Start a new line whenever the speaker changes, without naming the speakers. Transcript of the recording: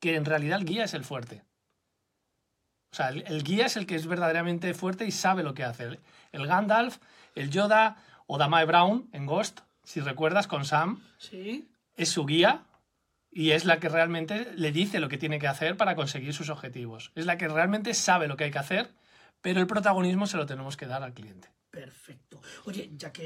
que en realidad el guía es el fuerte. O sea, el, el guía es el que es verdaderamente fuerte y sabe lo que hace. El, el Gandalf, el Yoda o Damae Brown en Ghost, si recuerdas, con Sam,
Sí.
es su guía y es la que realmente le dice lo que tiene que hacer para conseguir sus objetivos. Es la que realmente sabe lo que hay que hacer, pero el protagonismo se lo tenemos que dar al cliente.
Perfecto. Oye, ya que